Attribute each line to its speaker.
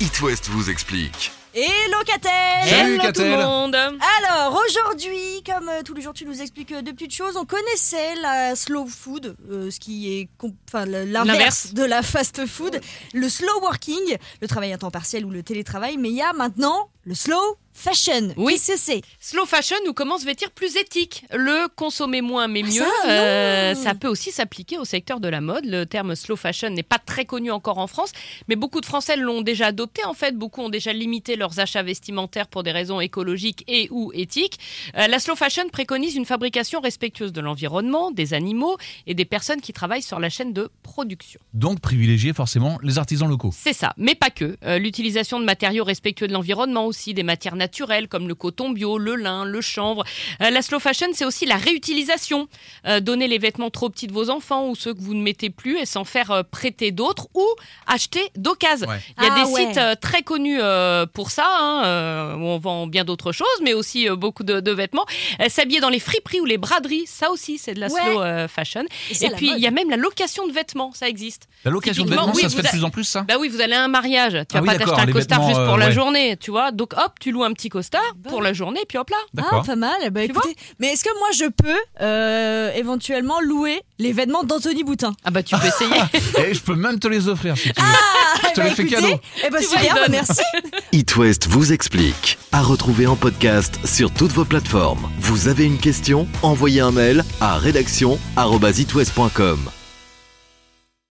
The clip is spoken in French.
Speaker 1: It West vous explique.
Speaker 2: Hello Catel
Speaker 3: Salut, Catel.
Speaker 2: monde Alors aujourd'hui, comme euh, tous les jours tu nous expliques euh, deux petites choses, on connaissait la slow food, euh, ce qui est com- enfin, le- l'inverse
Speaker 4: L'inverse.
Speaker 2: de la fast food, le slow working, le travail à temps partiel ou le télétravail, mais il y a maintenant le slow fashion.
Speaker 4: Oui.
Speaker 2: Qu'est-ce que c'est
Speaker 4: Slow fashion ou comment se vêtir plus éthique Le consommer moins mais
Speaker 2: Ah,
Speaker 4: mieux,
Speaker 2: ça, non.
Speaker 4: euh, ça peut aussi s'appliquer au secteur de la mode. Le terme slow fashion n'est pas très connu encore en France, mais beaucoup de Français l'ont déjà adopté en fait. Beaucoup ont déjà limité leurs achats vestimentaires pour des raisons écologiques et ou éthiques. Euh, la slow fashion préconise une fabrication respectueuse de l'environnement, des animaux et des personnes qui travaillent sur la chaîne de production.
Speaker 3: Donc privilégier forcément les artisans locaux.
Speaker 4: C'est ça, mais pas que. Euh, L'utilisation de matériaux respectueux de l'environnement aussi, des matières naturelles comme le coton bio, le lin, le chanvre. Euh, la slow fashion, c'est aussi la réutilisation. Euh, donner les vêtements trop petits de vos enfants ou ceux que vous ne mettez plus et s'en faire euh, prêter d'autres ou acheter d'occasion.
Speaker 3: Ouais.
Speaker 4: Il y a
Speaker 2: Ah
Speaker 4: des
Speaker 2: ouais.
Speaker 4: sites euh, très connus euh, pour ça, hein, euh, où on vend bien d'autres choses, mais aussi euh, beaucoup de, de vêtements. Euh, S'habiller dans les friperies ou les braderies, ça aussi, c'est de la
Speaker 2: Ouais.
Speaker 4: slow euh, fashion.
Speaker 2: c'est
Speaker 4: Et
Speaker 2: la
Speaker 4: puis, il
Speaker 2: mode.
Speaker 4: y a même la location de vêtements, ça existe.
Speaker 3: La location de
Speaker 4: Typiquement,
Speaker 3: vêtements,
Speaker 4: oui,
Speaker 3: ça se fait
Speaker 4: vous
Speaker 3: de
Speaker 4: a-
Speaker 3: plus en plus, ça
Speaker 4: Bah oui, vous allez à un mariage. Tu
Speaker 3: Ah
Speaker 4: vas
Speaker 3: oui,
Speaker 4: pas
Speaker 3: d'accord,
Speaker 4: t'acheter un
Speaker 3: les
Speaker 4: costard
Speaker 3: vêtements,
Speaker 4: juste pour
Speaker 3: euh,
Speaker 4: la
Speaker 3: ouais.
Speaker 4: journée, tu vois. Donc hop, tu loues un petit costard pour la journée, puis hop là.
Speaker 2: Ah,
Speaker 3: D'accord.
Speaker 2: pas mal. Bah,
Speaker 4: Tu vois
Speaker 2: écoutez, mais est-ce que moi je peux euh, éventuellement louer les vêtements d'Anthony Boutin
Speaker 4: Ah bah tu peux essayer.
Speaker 3: Et je peux même te les offrir si tu veux.
Speaker 2: Ah,
Speaker 3: Je te les fais cadeau.
Speaker 2: Eh ben
Speaker 4: Tu vois,
Speaker 2: super,
Speaker 4: il
Speaker 2: bah,
Speaker 4: donne.
Speaker 2: merci.
Speaker 1: It West vous explique. À retrouver en podcast sur toutes vos plateformes. Vous avez une question Envoyez un mail à rédaction@itwest.com.